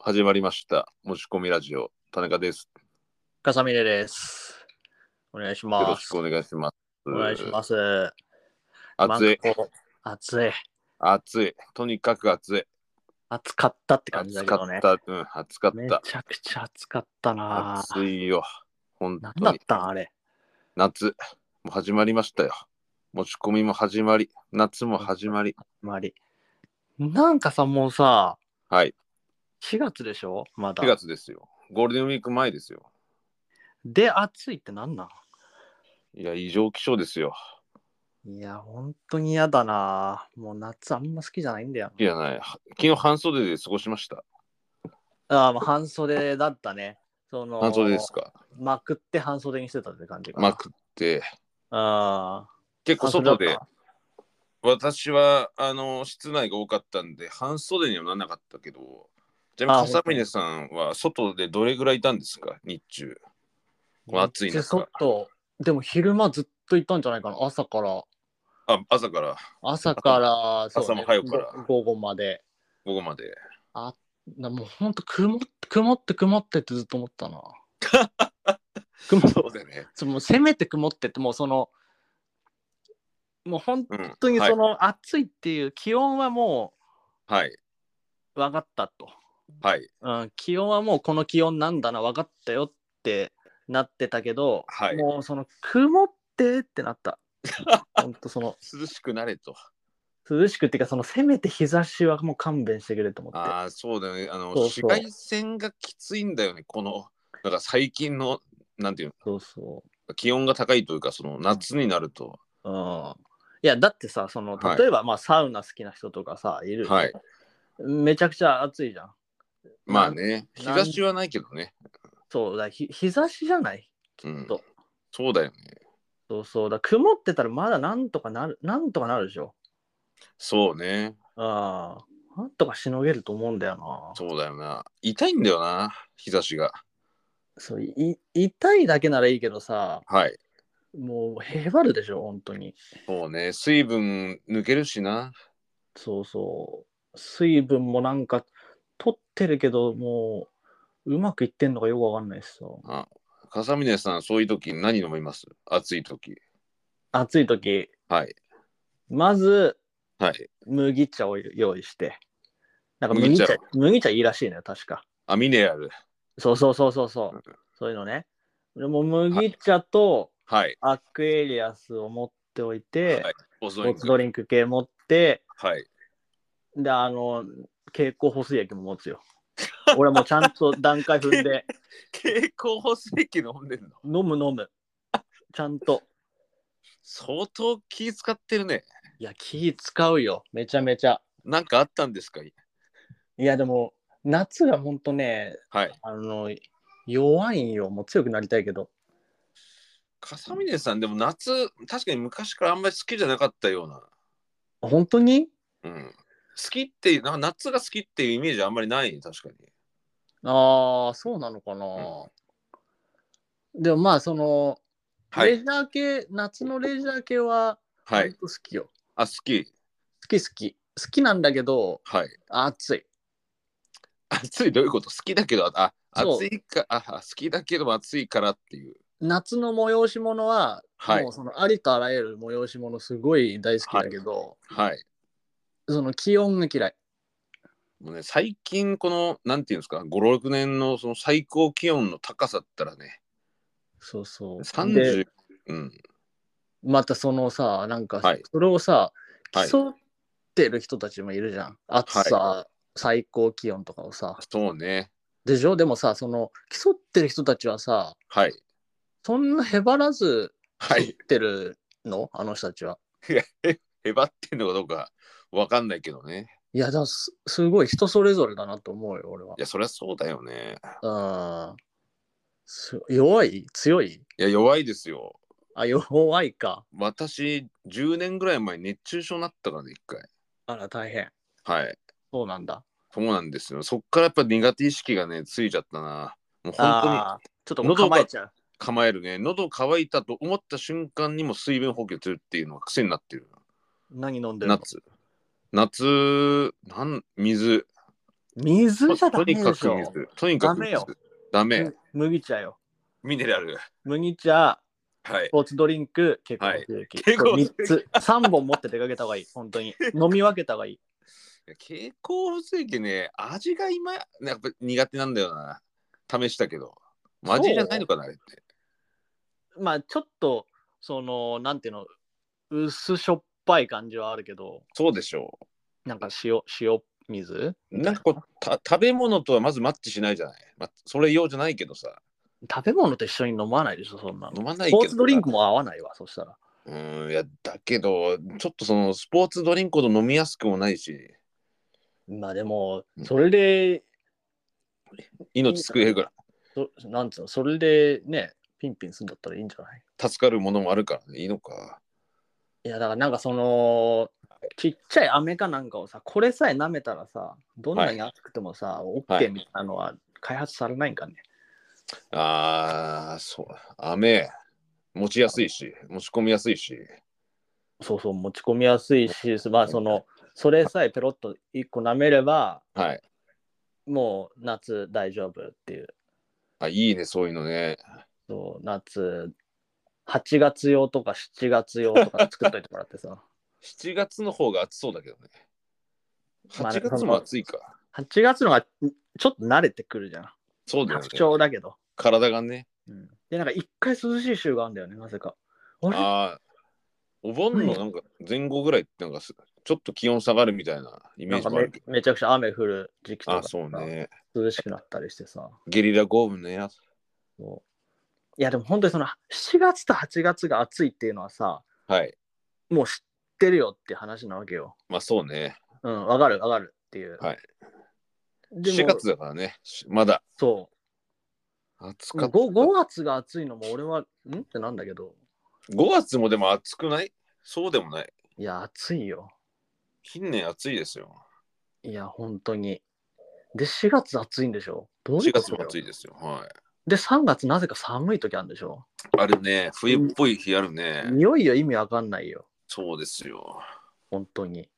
始まりました。持ち込みラジオ、田中です。かさみれです。お願いしよまろしす。くお願いします。お願いします。暑い、なんかこう。暑い。暑い。とにかく暑い。暑かったって感じだ暑けかどっね。た。うん、暑かっめた。ちゃくちゃ暑かったな。暑いよ。本なん当だっに。たんあれ。夏、もう始まりましたよ。持ち込みも始まり、夏も始まり。周り。なんかさ、もうさ、はい、 4月でしょまだ4。月ですよ。ゴールデンウィーク前ですよ。で、暑いってなんないや、異常気象ですよ。んいや、本当に嫌だな。もう夏あんま好きじゃないんだよ。いやない。昨日半袖で過ごしました。ああ、まあ半袖だったね。その、半袖です。か。まくって半袖にしてたって感じかな。まくって。ああ。結構外で半袖だった。私はあの室内が多かったんで半袖にはならなかったけどじゃああ笠峰さんは外でどれぐらいいたんですか日中この暑い中で外でも昼間ずっといたんじゃないかな朝からあ朝から朝からそうね朝も早くからご午後まで午後までなもうほんと曇って曇って曇ってってずっと思った な曇っそうだねそうもうせめて曇ってってもうそのもう本うん当にはいその暑いっていう気温はもはい、う分かったと、はいうん、気温はもうこの気温なんだな分かったよってなってたけど、はいもうその曇ってってなった ほんとその涼しくなれと涼しくっていうかそのせめて日差しはもう勘弁してくれと思ってああそうだねあのそうそう紫外線がきついんだよねこのなんか最近のなんていうそうその気温が高いというかその夏になると、ううんいやだってさそのはい例えば、まあサウナ好きな人とかさいる、はいめちゃくちゃ暑いじゃんまあね日なん差しはないけどねそうだひ日差しじゃないうんとそうだよねそうそうだ曇ってたらまだなんとかなるなんとかなるでしょそうねうんなんとかしのげると思うんだよなそうだよな。痛いんだよな、日差しが。そうい痛いだけならいいけどさはい。もうへばるでしょ本当にそうね、水分抜けるしな。そうそう。水分もなんか取ってるけど、もううまくいってんのかよくわかんないですよ。あ笠峰さん、そういう時何飲みます暑い時。暑い時、はい。まずはい。麦茶を用意して。なんか麦麦茶茶、麦茶いいらしいのよ、確か。あ、ミネラル。。そうそうそうそうそううんそういうのね。でも麦茶とはい。アクエリアスを持っておいて、はいおそスポらーツくドリンク系持って、はい。で、あの、蛍光補水液も持つよ。俺はもうちゃんと段階踏んで。蛍光補水器飲んでんの飲む飲む。ちゃんと。相当気使ってるね。いや、気使うよ。めちゃめちゃ。なんかあったんですかいや、でも、夏がほんとね、はい。あの、弱いんよ。もう強くなりたいけど。笠峰さん、でも夏、確かに昔からあんまり好きじゃなかったような。本当にうん。好きっていう、なんか夏が好きっていうイメージあんまりない、確かに。ああ、そうなのかな。でもまあ、その、はレい。ジャー系、夏のレジャー系は、はほんい。と好きよ。あ、好き。好き好き。好きなんだけど、はい。暑い。暑いどういうこと好きだけどあそう暑いかあ好きだけど暑いからっていう夏の催し物は、はいもうそのありとあらゆる催し物すごい大好きだけど、はいその気温が嫌い。もうね最近このなんていうんですか56年のその最高気温の高さったらねそうそう。で30うんまたそのさ、なんか、はいそれをさ、はい競ってる人たちもいるじゃん。暑さ、最高気温とかをさ。そうねでしょでもさ、その、競ってる人たちはさ、はいそんなへばらず競はい ってるの、あの人たちは。へばってんのかどうかわかんないけどね。いや、だからすすごい人それぞれだなと思うよ、俺はいやそりゃそうだよねうんす。弱い強いいや弱いですよあ、弱いか。私10年ぐらい前に熱中症になったからね一回あら、大変。はいそうなんだ。そうなんですよそっからやっぱ苦手意識がねついちゃったなもう本当にあーちょっともう構えちゃう。構えるね喉乾いたと思った瞬間にも水分補給するっていうのが癖になってる何飲んでるの夏夏なん水水じゃダとメにかでしくょ。水。とにかくダメよ水。ダメむ。麦茶よ。ミネラル。麦茶、はいス。ポーツドリンク、蛍光石液。はいこれ三つ、三本持って出かけた方がいい。本 当に。飲み分けた方がいい。蛍光石ね、味が今、やっぱ苦手なんだよな。試したけど。味じゃないのかな、あれって。まあちょっと、その、なんていうの、薄しょっぱい感じはあるけど、そうでしょなんか塩、塩水う。なんかこうた食べ物とはまずマッチしないじゃない、まあ、それ用じゃないけどさ食べ物と一緒に飲まないでしょ、そんなの。飲まないけスどポさーツドリンクも合わないわ、そしたら。うんいやだけどちょっとそのスポーツドリンクほど飲みやすくもないしまあでもう、んそれで、命救えるかそなんつうの、それでね、ピンピンするんだったらいいんじゃないら助かるものもあるから、ね、いいのかいやだからなんかそのちっちゃい飴かなんかをさこれさえ舐めたらさどんなに熱くてもさ、オッは OK いみたいなのは開発されないんかね、あーそう雨持ちやすいし持ち込みやすいしそうそう持ち込みやすいしまあそのそれさえペロッと一個舐めればはいもう夏大丈夫っていうあいいねそういうのねそう夏8月用とか7月用とか 作っといてもらってさ7月の方が暑そうだけどねまあ8月も暑いか、 8月のがちょっと慣れてくるじゃんそうだよ拡ね張だけど、体がねうん、でなんか一回涼しい週があるんだよねなぜかあれああ、お盆のなんか前後ぐらいってなんかすちょっと気温下がるみたいなイメなーんジかもあめるけめちゃくちゃ雨降る時期とど。あ、かそうね。涼しくなったりしてさ。ゲリラ豪雨のやつ。そういやでも本当にその7月と8月が暑いっていうのはさ、はい。もう知ってるよって話なわけよ。まあそうね。うん、わかるわかるっていう。はいでも4月だからね。しまだそ暑うか5。った。5, 5月が暑いのも俺は、んってなんだけど、月もでも暑くないそうでもない。いや、暑いよ。近年暑いですよ。いや、本当に。で、4月暑いんでしょどうい4うこと月よも暑いですよ。はい。で、3月なぜか寒い時あるんでしょあるね。冬っぽい日あるね。いよいよ意味わかんないよ。そうですよ。本当に。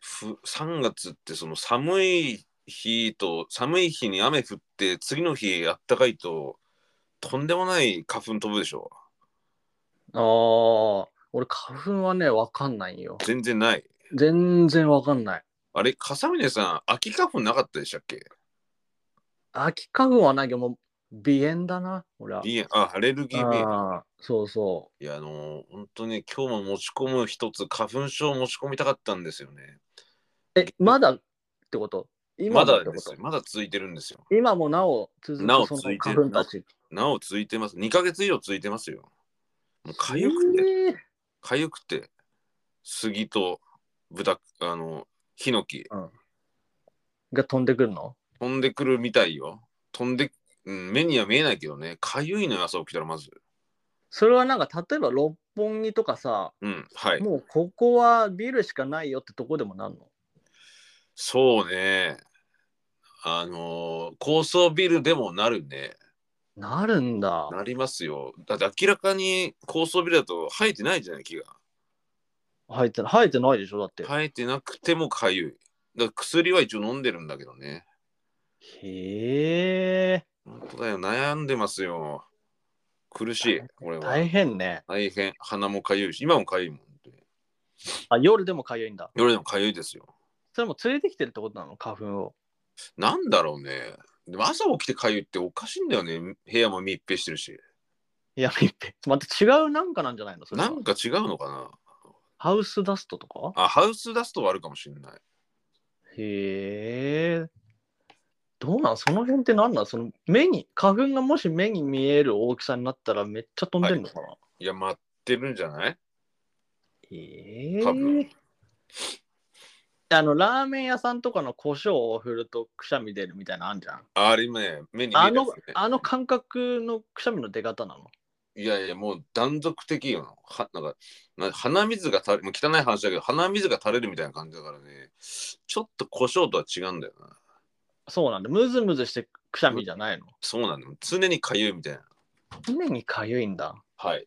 ふ3月ってその寒い日と寒い日に雨降って次の日あったかいととんでもない花粉飛ぶでしょああ、俺花粉はね、わかんないよ。全然ない全然わかんない。あれ笠峰さん秋花粉なかったでしたっけ秋花粉はないけど、もう鼻炎だな、俺は。いやあアレルギー病ああそうそいやあのー本当ね今日も持ち込む一つ花粉症を持ち込みたかったんですよねう。え、まだってこと今まもだってこですとよまだ続いてるんですよ今もなお続なくおその続いて花る粉たち。なお続いてます2ヶ月以上続いてますよもうかえゆくてーかゆくて杉と豚あのヒノキが飛んでくるの飛んでくるみたいよ飛んで、うん、目には見えないけどねかゆいのよ朝起きたらまずそれはなんか例えば六本木とかさ、うんはいもうここはビルしかないよってとこでもなんのそうねあのー高層ビルでもなるねなるんだ。なりますよだって明らかに高層ビルだと生えてないじゃない木が生えて生えてないでしょだって。生えてなくてもかゆいだから薬は一応飲んでるんだけどねへえ、本当だよ悩んでますよ苦しい俺は大変ね。大変鼻もかゆいし今もかゆいもんあ、夜でもかゆいんだ。夜でもかゆいですよそれも連れてきてるってことなの花粉を。なんだろうね。でも朝起きてかゆいっておかしいんだよね。部屋も密閉してるし。いや、密閉。また違うなんかなんじゃないのそれなはんか違うのかなハウスダストとかあ、ハウスダストはあるかもしれない。へえ。どうなんその辺って何なんその目に、花粉がもし目に見える大きさになったらめっちゃ飛んでんのかな、いや、待ってるんじゃないへ多分え。あの、ラーメン屋さんとかの胡椒を振るとくしゃみ出るみたいなのあんじゃん。あれね、目に見えあるやのつ、ね。あの感覚のくしゃみの出方なのいやいや、もう断続的よ。はなんかな鼻水が垂れ、もう汚い話だけど、鼻水が垂れるみたいな感じだからね。ちょっと胡椒とは違うんだよな。そうなんだ。ムズムズしてくしゃみじゃないの。そうなんだよ。常にかゆいみたいな。常にかゆいんだ。はい。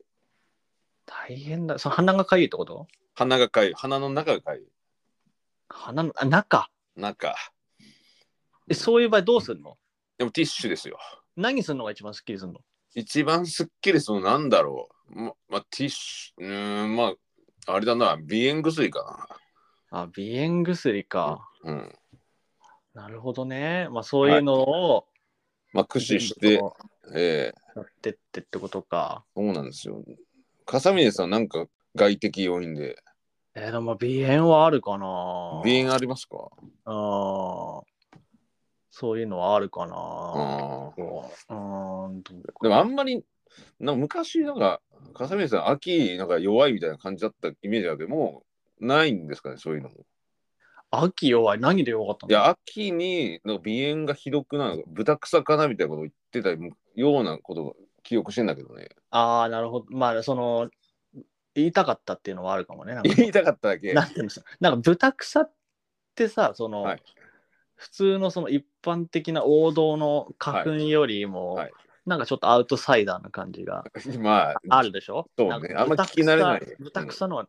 大変だ。その鼻がかゆいってこと鼻がかゆい。鼻の中がかゆい。鼻の、あ、中。中。えそういう場合どうすんのでもティッシュですよ。何すんのが一番スッキリすんの一番すっきりするのなんだろうま、まあ、ティッシュ、うーん、まあ、あれだな、鼻炎薬かあ、鼻炎薬か。な。うん。なるほどね。まあそういうのをまあ、駆使して、ええやってってってことか。そうなんですよ。笠峰さん、なんか外的要因で、えー、でも鼻炎はあるかな。鼻炎ありますかあーそういうのはあるかな。ああ。うーん、どうでもあんまり、なんか昔、なんか、笠峰さん、秋、なんか弱いみたいな感じだったイメージだけど、もうないんですかね、そういうのも。秋弱い。何で弱かったのいや、秋になんか鼻炎がひどくなる、豚草かなみたいなことを言ってたようなことを記憶してんだけどね。ああ、なるほど。まあ、その、言いたかったっていうのはあるかもね。なんか言いたかっただけ。なんていうんですかなんか豚草ってさ、その、はい普通のその一般的な王道の花粉よりも、はいなんかちょっとアウトサイダーな感じが まあ、あるでしょそうねなんかあんま聞き慣れない豚草豚草のは、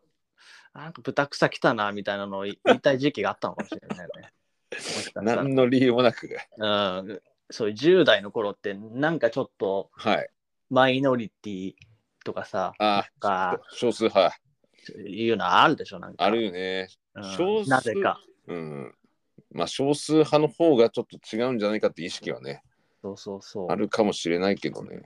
あなんか豚草来たなみたいな のを言い言いたい時期があったのかもしれないね。もしかしたら何の理由もなく。うん、そういう10代の頃ってなんかちょっとはい。マイノリティとかさ、あなんあか、少数派。いうのはあるでしょなんか。あるよね。う少ん、数なぜか。うん。まあ、少数派の方がちょっと違うんじゃないかって意識はね、そうそうそう。あるかもしれないけどね。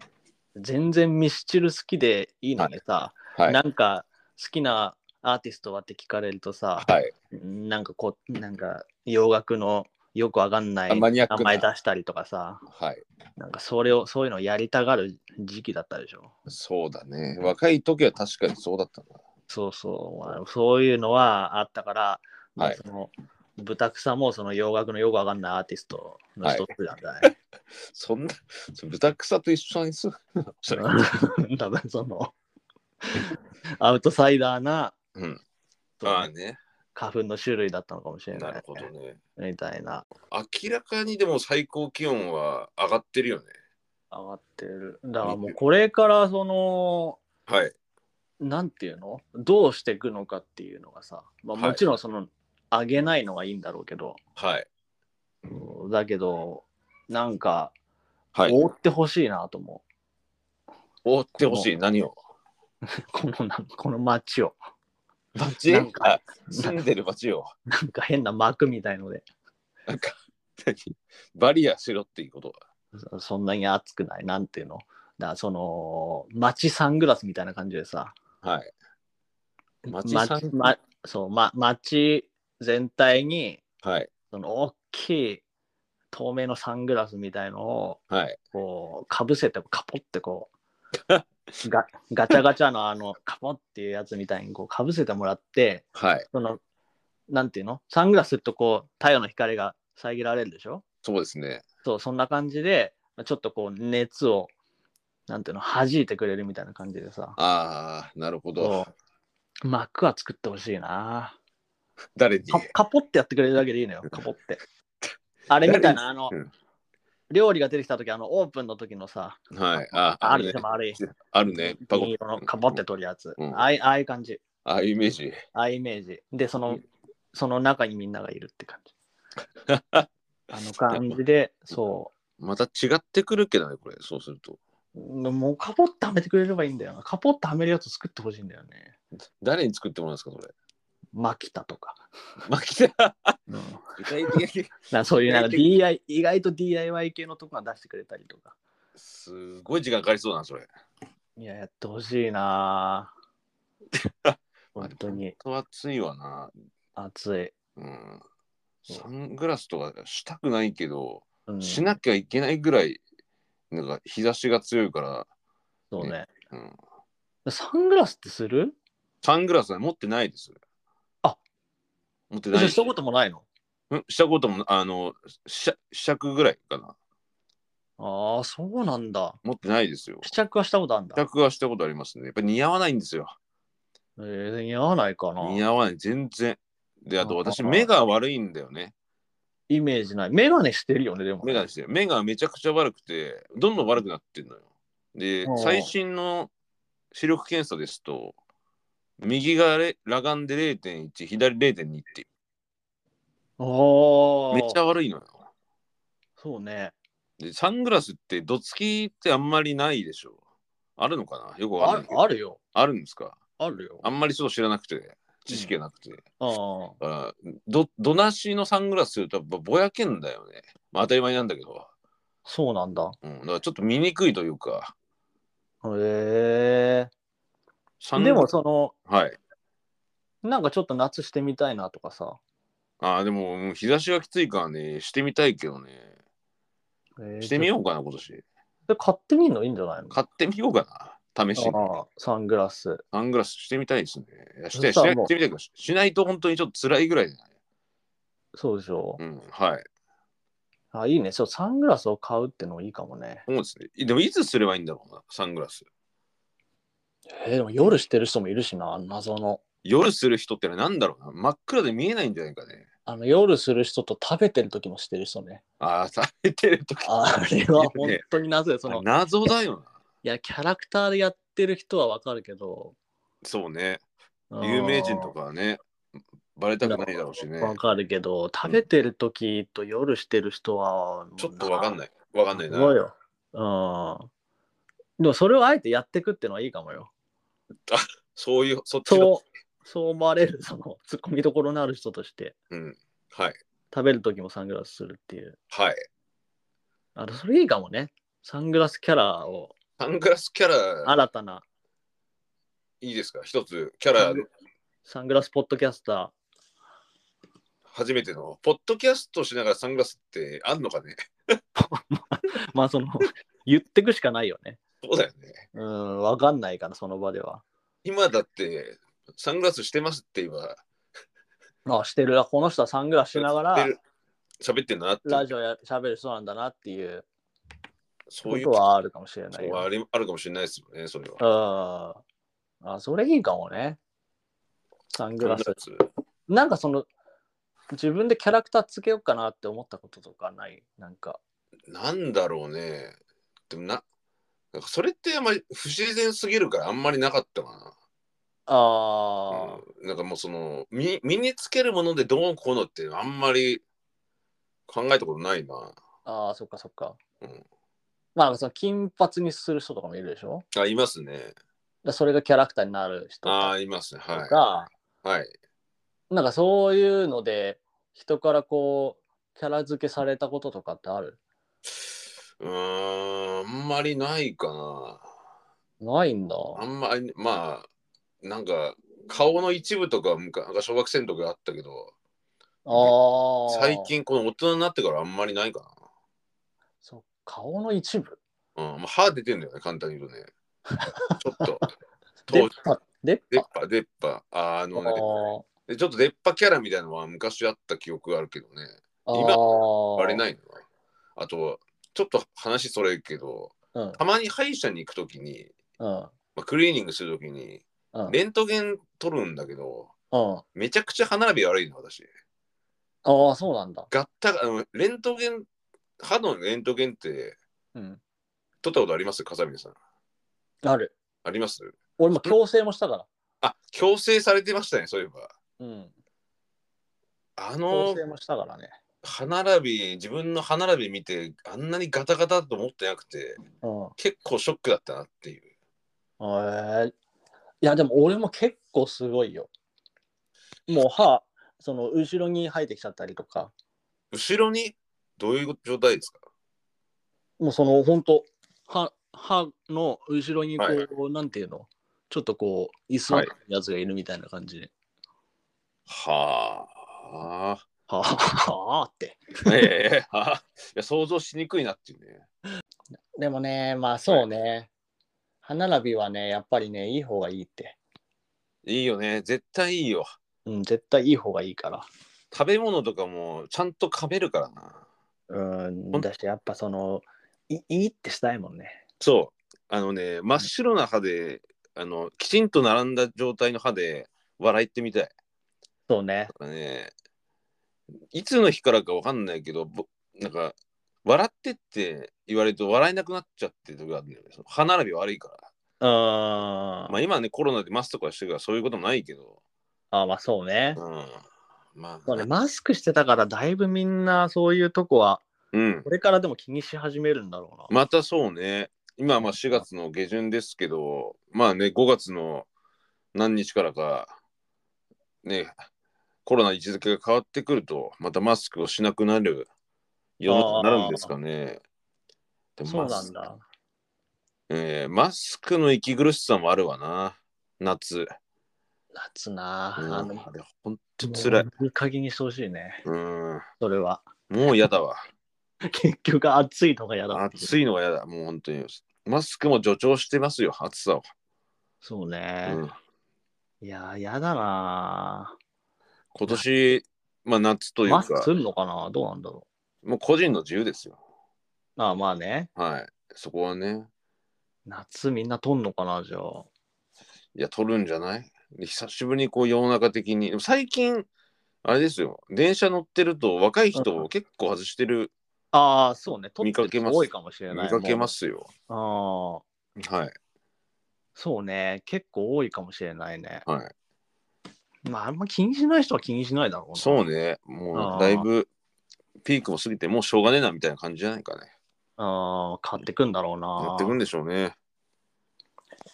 全然ミスチル好きでいいのにさ、はい。なんか好きなアーティストはって聞かれるとさ、はい。なんかこうなんか洋楽のよくわかんなあいマニア名ックな前出したりとかさはい。なんかそれをそういうのをやりたがる時期だったでしょそうだね。若い時は確かにそうだったな。そうそう、まあそういうのはあったから、まあはいその豚草もその洋楽のよくわかんないアーティストの一つなんだね、そんな、豚草と一緒にするそれ 多分 そのアウトサイダーなうん。そのああね。花粉の種類だったのかもしれないなるほどね。みたいな明らかにでも最高気温は上がってるよね。上がってるだからもうこれからそのはい。なんていうのどうしていくのかっていうのがさ、まあ、はいもちろんその、上げないのがいいんだろうけどはい。だけどなんかはい。覆ってほしいなと思覆ってほしい。何をう、 このなんこの街をバなんかあ 住んでる街を。なんか変な幕みたいのでなんか、何バリアしろっていうことそそんなに熱くないなんていうのだからその街サングラスみたいな感じでさは。はい。街街さんま、そう、ま、街全体にはい。その大きい透明のサングラスみたいのをはい。こうかぶせてカポってこ うがガチャガチャのあのカポっていうやつみたいにこうかぶせてもらってはい。そのなんていうのサングラスとこう太陽の光が遮られるでしょそうですね。そうそんな感じでちょっとこう熱をなんていうの弾いてくれるみたいな感じでさああ、なるほどそ。う幕は作ってほしいな誰にカカポってやってくれるだけでいいのよ、カポって。あれみたいな、あの、うん料理が出てきた時あの、オープンの時のさ、はい。ああるるでねしょ、。丸い。あるね。パコ銀色のカポって取るやつ。うんああいああいう感じ、ああいうイメージ。ああいうイメージ。で、そうのん、その中にみんながいるって感じ。あの感じで、そまた違ってくるけどね、これ。そうすると。う。もうカポってはめてくれればいいんだよな。カポってはめるやつ作ってほしいんだよね。誰に作ってもらうんですか、 それ。マキタとか。まあ、来た。うん、なん具体的に。かそういうなんか DI、意外と DIY 系のとこが出してくれたりとか。すごい時間かかりそうだな、それ。いや、やってほしいな ぁ本当に本当暑いわな。暑い。うん。サングラスとかしたくないけど、うんしなきゃいけないぐらい、なんか日差しが強いから、そうね。うん、サングラスってするサングラスは持ってないです。あ持ってじゃなあい。したこともないのうんしたことも、あの、し試着ぐらいかな。ああ、そうなんだ。持ってないですよ。試着はしたことあるんだ試。着はしたことありますね。やっぱり似合わないんですよ。えー、似合わないかな。似合わない、全然。で、あと私、ああ目が悪いんだよね。イメージない。メガネしてるよね、でも。目がですね、目がめちゃくちゃ悪くて、どんどん悪くなってんのよ。でおう、最新の視力検査ですと、右がれ裸眼で0.1、左0.2って、おーめっちゃ悪いのよ。そうね。でサングラスってどつきってあんまりないでしょあるのかなよくわかんあないけどあるよ。あるんですかあるよ。あんまりそう知らなくて知識がなくて、ああ。だからどどなしのサングラスするとやっぱぼやけんだよね、まあ、当たり前なんだけど、そうなんだ。うん、だからちょっと見にくいというかへえサングでラもその、はいなんかちょっと夏してみたいなとかさ。あーでもうん日差しがきついからねしてみたいけどねしてみよようかな今年う。買ってみるのいいんじゃないの買ってみようかな試しにああサングラス。サングラスしてみたいですねいやしてそしなしたらいもうしてみたいけどししないと本当にちょっと辛いぐらいじゃないそうでしょうんはいあ、いいね。そう、サングラスを買うってのもいいかもね。思うんですねいでもいつすればいいんだろうなサングラスえー、でも夜してる人もいるしな、謎の。夜する人ってのは何だろうな真っ暗で見えないんじゃないかねあの、夜する人と食べてる時もしてる人ね。ああ食べてる時あれは本当に謎よ。その、い謎だよなや、キャラクターでやってる人はわかるけど。そうね有名人とかはねバレたくないだろうしねわかるけど、食べてる時と夜してる人は、ちょっとわかんい。ないわかんないすなごいよ。うん。でもそれをあえてやっていくってのはいいかもよ。そういうそっちのそう、そう思われる、その、ツッコミどころのある人として、うんはい食べる時もサングラスするっていう。はいあの、それいいかもね。サングラスキャラを、サングラスキャラ新たないいですか一つキャラサングラスポッドキャスタ初めてのポッドキャストしながらサングラスってあんのかね ー。まあ、その、 言ってくしかないよね。そうだよねうん、わかんないから、その場では。今だってサングラスしてますって言えばあ、してる。あこの人はサングラスしなが喋っらて、る喋ってんなってラジオや喋る人なんだなっていうそうこいうとはあるかもしれなそいうよ。ありあるかもしれないですよねそれはうん。あ、それいいかもね。サングラスサ。ングなんかその、自分でキャラクターつけようかなって思ったこととかないなんか。ラスなんだろうねでもななんかそれってあんまり不自然すぎるからあんまりなかったかな、ああ、うんなんかもうその身身につけるものでどうこうのってあんまり考えたことないなああ、そっかそっか。うんまあ、その金髪にする人とかもいるでしょあいますねだそれがキャラクターになる人とあか、ーいますねはいはいなんかそういうので人からこうキャラ付けされたこととかってあるうーんあんまりないかなないんだ。あんまりまあなんか顔の一部とかむかなんか小学生の時あったけどああ。最。近この大人になってからあんまりないかそう顔の一部な、うんまあ、歯出てんだよね簡単に言うとねちょっ と出っと歯出っ出っ歯出っ歯ああのね歯でちょっと出っ歯キャラみたいなのは昔あった記憶があるけどねあー今ああれい、ないのあとちょっと話それるけどうんたまに歯医者に行く時に、うんまあ、クリーニングする時にうんレントゲン取るんだけどうん、あめちゃくちゃ歯並び悪いの私あそうなんだ。ガッタガあのレントゲン歯のレントゲンってうん、取ったことあります笠峰さんある。あります俺も矯正もしたから。あ強制されてましたねそういえばうん、あ矯の正もしたからね。歯並び自分の歯並び見てあんなにガタガタだと思ってなくてうん結構ショックだったなっていうえーいやでも俺も結構すごいよ。もう歯その後ろに生えてきちゃったりとか後ろにどういう状態ですかもうそのほんと歯歯の後ろにこ、はいうなんていうのちょっとこう椅子のやつがいるみたいな感じで。はあ はあ、はあって。ええあいや想像しにくいなっていうね。でもねまあそうね、歯並びはねやっぱりねいい方がいいって。いいよね。絶対いいよ。うん絶対いい方がいいから。食べ物とかもちゃんと噛めるからな。うんだしてやっぱそのいいいってしたいもんね。そう。あのね、真っ白な歯で、あの、きちんと並んだ状態の歯で笑いってみたい。そうね。ね、いつの日からかわかんないけど、ぼなんか、笑ってって言われると笑えなくなっちゃってる時があるんだよね。その歯並び悪いから。うん。ままあ今ね、コロナでマスクとかしてるからそういうこともないけど。あまあそうねう。ん。まあ、そうね、マスクしてたからだいぶみんなそういうとこはうん。これからでも気にし始めるんだろうな。またそうね。今はまあ4月の下旬ですけど、まあね、5月の何日からか、ね、コロナ位置づけが変わってくると、またマスクをしなくなるようになるんですかね。でもそうマなスんだ。えーマスクの息苦しさもあるわな。夏。夏なあ。うんああの、れ、ほんとつらいも。ういい加減にしてほしいね。うん。それは。 もう嫌だわ。結局暑いのが嫌だ。暑いのが嫌だ。もう本当に。マスクも助長してますよ、暑さを。そううね。ん、いやー、嫌だな今年、まあ夏とあ。いうマスクすか、るのかなどうなんだろもう個人の自由ですよ。う。ああ、まあね。はい。そこはね、夏みんなとんのかなじゃあ。いや、取るんじゃないで久しぶりにこう世の中的に、でも最近、あれですよ、電車乗ってると若い人を結構外してる、ああ、そうね。取ってる見かけま人す多いかもしれない。見かけますよ。もう。ああ。はい。そうね。結構多いかもしれないね。はい。まあ、あんま気にしない人は気にしないだろうな。そうね、もうあーだいぶピークも過ぎて、もうしょうがねえなみたいな感じじゃないかね。ああ、変わってくんだろうななっ。てくんでしょうね。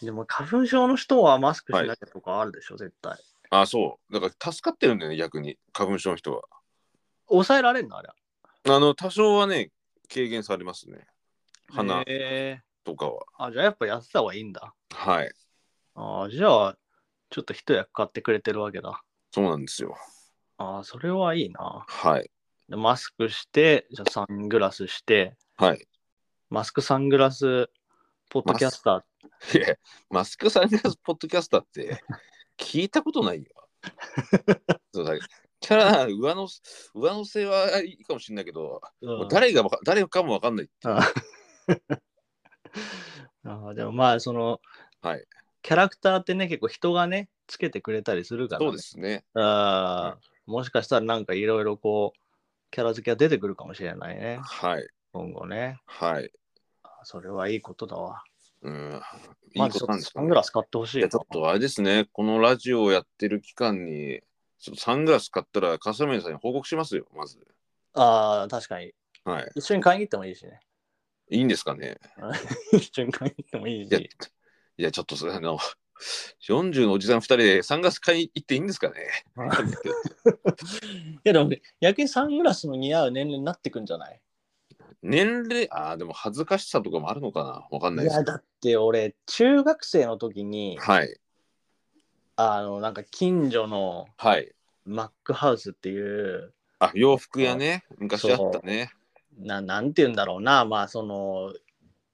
でも、花粉症の人はマスクしなきゃとかあるでしょ、絶対。あ、そう。だから助かってるんだよね、逆に、花粉症の人は。抑えられんのあれ。あの、多少はね、軽減されますね。鼻へえとかは。あ、じゃあやっぱやってた方がいいんだ。はい。ああ、じゃあ、ちょっと一役買ってくれてるわけだ。そうなんですよ。ああ、それはいいな。はい。でマスクして、じゃあサングラスして、はい。マスクサングラス、ポッドキャスター。いや、マスクサングラスポッドキャスターって聞いたことないよ。 そうだキャラ上乗せ上乗せはいいかもしれないけど、うんもう誰がわか誰かもわかんない。ああああでもまあ、その、はいキャラクターってね、結構人がね、つけてくれたりするから、ね。そうですね。あーもしかしたらなんかいろいろこう、キャラ付けが出てくるかもしれないね。はい。今後ね。はい。あそれはいいことだわ。うん。いまいずこちとょなっんでとすサかンねグラス買ってほしいいやなちょっとあれですね、このラジオをやってる期間に、ちょっとサングラス買ったら、笠森さんに報告しますよ、まず。ああ、確かに。は一緒に買いに行ってもいい しね。い。いいんですかね一緒に買いに行ってもいいいや、いし。やちょっとそれ、あの、40のおじさん2人でサングラス買い行っていいんですか ねあいや、でも逆にサングラスの似合う年齢になってくんじゃない年齢、ああ、でも恥ずかしさとかもあるのかなわかんないいですや、けど。だって俺、中学生の時に、はい。あの、なんか近所のはい。マックハウスっていう、あ、洋服屋ね、昔あったね。ななんて言うんだろうな、まあその、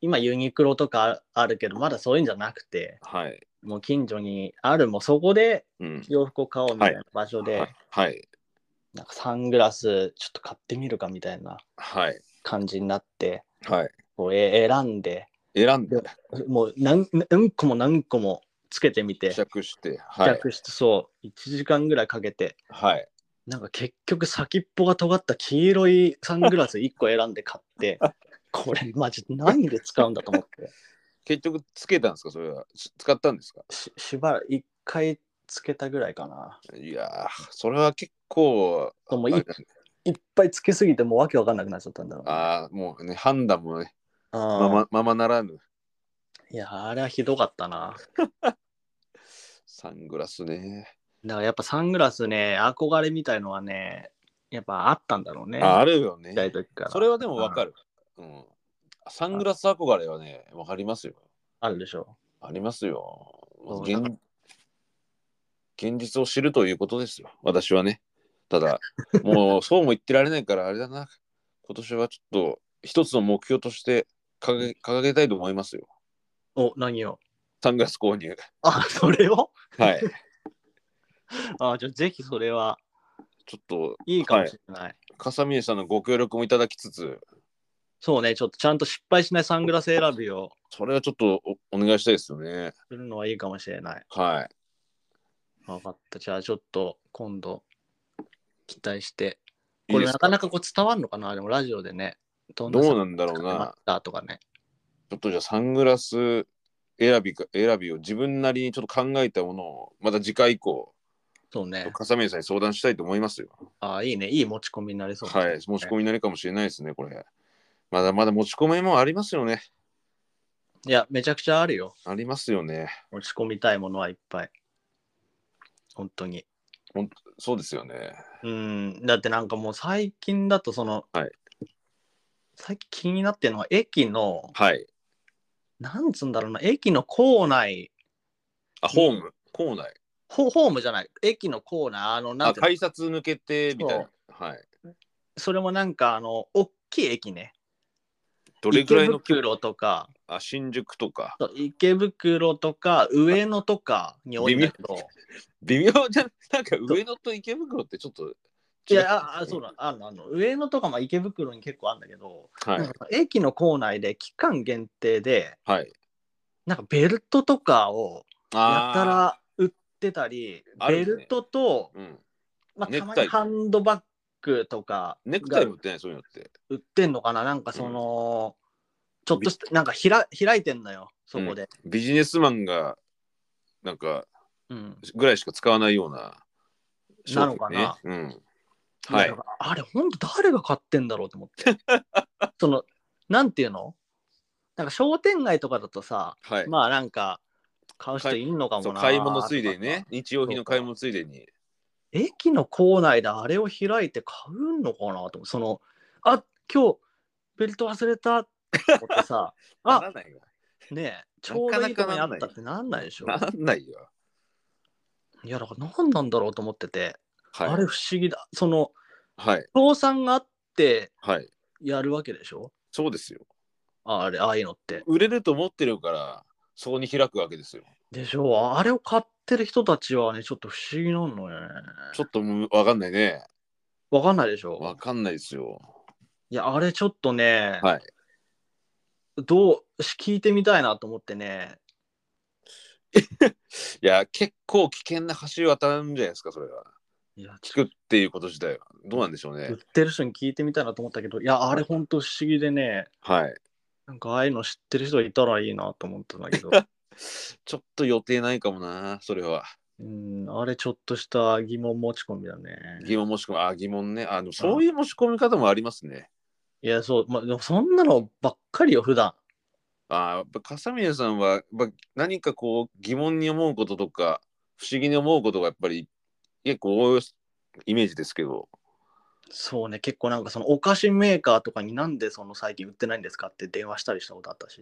今ユニクロとかああるけど、まだそういうんじゃなくて、はい。もう近所にある、もうそこでうん。洋服を買おうみたいな場所で、はい。はい。なんかサングラスちょっと買ってみるかみたいなはい。感じになって、はい、こうえ選んで、選んで、もう何何個も何個もつけてみて試、着して、はい。着してそう、1時間ぐらいかけて、はい。なんか結局先っぽが尖った黄色いサングラス1個選んで 買って、これマジ何で使うんだと思って。結局、つけたんですかそれは。し使ったんですかししばらく1回つけたぐらいかな。いやー、それは結構、でもあいれいだねいっぱいつけすぎてもうわけわかんなくなっちゃったんだろうね。あーもうね、判断もね、あまーまままならぬ。いや、あれはひどかったな。サングラスね。だからやっぱサングラスね、憧れみたいのはね、やっぱあったんだろうね。ああるよねちっち。ゃい時から。それはでもわかる。うん。サングラス憧れはね、わかりますよ。あるでしょ。ありますよ。そう現だか現実を知るということですよ。私はね。た だ、もうそうも言ってられないから、あれだな。今年はちょっと、一つの目標として掲げ掲げたいと思いますよ。お、何を サングラス購入。あ、それをはい。あ、じゃあぜひそれはちょっと、いいかもしれない。笠峰さんのご協力もいただきつつ、そうね、ちょっとちゃんと失敗しないサングラス選びをそれはちょっとおお願いしたいですよね。するのはいいかもしれない。はい。分かった。じゃあちょっと今度期待して。いいこですれなかかなかこう伝わるのかなでもラジオでね。どどうななんだろうな。だとかね。ちょっとじゃあサングラス選びか選びを自分なりにちょっと考えたものをまた次回以降そうね。笠宮さんに相談したいと思いますよ。ああ、いいね。いい持ち込みになりそうですね、はい、持ち込みになるかもしれないですね、これ。まだまだ持ち込みもありますよね。いや、めちゃくちゃあるよ。ありますよね。持ち込みたいものはいっぱい。本当に。そうですよね。うん。だってなんかもう最近だとその、はい最近気になってるのは駅の、はい。なんつうんだろうな、駅の構内、あ、ホーム、校内。ホホームじゃない、駅の構内、あの、なあ、んていうの改札抜けてみたいな。はい。それもなんかあの、大きい駅ね。どれぐらいの池袋とか、あ新宿とか。そう池袋とか、上野とかに多いんだけど、微妙じゃん。なんか上野と池袋ってちょっと違う。いや、あ、あそうだ、あの、あの上野とか、まあ、池袋に結構あるんだけど、はなんい。か駅の構内で期間限定で、はい。なんかベルトとかをやたあら売ってたり、あるベねルトと、ーうん。まあ、ネたクタまイにハンドバッグとかネクタイがも売ってない、そういうのって。売ってんのかな、なんかその、ちょっとした、なんかひら開いてんのよ、そこで。ビジネスマンが、なんか、うん。ぐらいしか使わないような、なのかな商品ねうん。はいなん。かあれ、ほんと誰が買ってんだろうと 思って。その、なんていうのなんか商店街とかだとさ、はい。まあなんか、買う人いんのかそうもな。買い物ついでにね。。日用品の買い物ついでに。駅の構内であれを開いて買うのかなと思う。その、あ今日、ベルト忘れたって思って さ、あならないよ。ねえ、ちょうどいいとこにあったってなんないでしょ。ならないよ。いや、だから何なんだろうと思ってて、はい。あれ不思議だ。その、はい。倒産があってはい。やるわけでしょそうですよ。ああれ、ああいうのって。売れると思ってるから、そこに開くわけですよ。でしょああれを買ってる人たちはね、ちょっと不思議なのよね。ちょっとむわかんないね。わかんないでしわょかんないですよ。いや、あれちょっとね、はいどうし、聞いてみたいなと思ってね。いや、結構危険な橋渡るんじゃないですか、それは。いや、ち聞くっていうこと自体は。どうなんでしょうね売っ。てる人に聞いてみたいなと思ったけど、いや、あれほんと不思議でね、はい。なんかああいうの知ってる人いたらいいなと思ったんだ けど、ちょっと予定ないかもな、それは。うん、あれちょっとした疑問持ち込みだね。疑問もし込み、あ、疑問ね。あの、そういう持ち込み方もありますね。いや、そう、まあ、でもそんなのばっかりよ、普段。あーやっぱ笠宮さんはやっぱ何かこう疑問に思うこととか不思議に思うことがやっぱり結構多いイメージですけどそうね、結構なんかそのお菓子メーカーとかになんでその最近売ってないんですかって電話したりしたことあったし。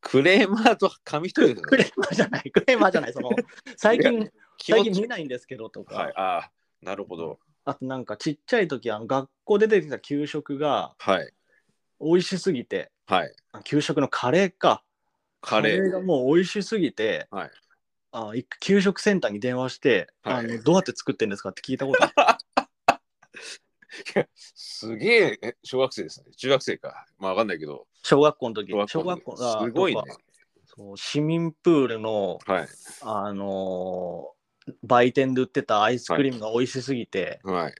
クレーマーと紙一重ですクねレーマーじゃない、クレーマーじ ゃない、その、最近、気最持近ち見ないんですけどとか、はいあーなるほどあとなんかちっちゃい時、あの学校で出てきた給食がはい美味しすぎて、はいあ給食のカレーか。カレーがもう美味しすぎて、はいあい給食センターに電話して、はいあの、どうやって作ってんですかって聞いたことあ る。すげええ小学生ですね中学生かまあわかんないけど小学校の時、小小学学校校がすごいねそう市民プールの、はいあのー売店で売ってたアイスクリームが美味しすぎて、はい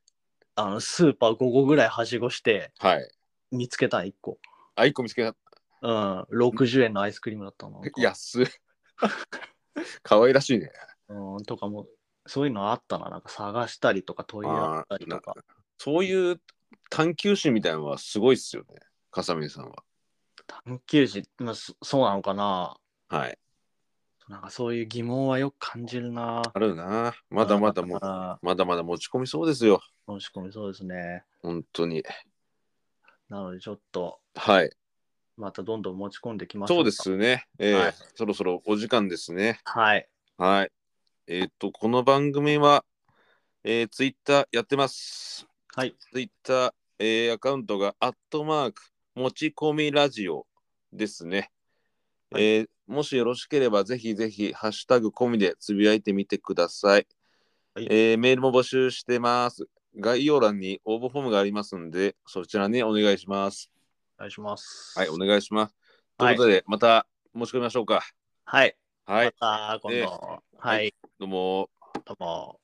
あのスーパー5個ぐらいはしごしてはい見つけた1個、あ一個見つけたうん、60円のアイスクリームだったの安い 可愛らしいねうん、とかもそういうのあったななんか探したりとか問い合ったりとかそういう探求心みたいなのはすごいっすよね笠宮さんは探求心、まあ、そそうなのかなはいなんかそういう疑問はよく感じるなあるな。まだまだもう、あまだまだ持ち込みそうですよ。ー申し込みそうですね本当に。なのでちょっとはい。またどんどん持ち込んできましょうそうかですね。えーはいそろそろお時間ですね。はいはい。えーっ、と、この番組は、えー、ツイッターやってます。はいツイッター、えーアカウントが、アットマーク、持ち込みラジオですね。はいえーもしよろしければ、ぜひぜひ、ハッシュタグ込みでつぶやいてみてください。はいえーメールも募集してます。概要欄に応募フォームがありますので、そちらにお願いします。お願いしますはい、お願いします。とはいいうことで、また申し込みましょうか。はいはい、また今度、えーはい、どうも。どうも。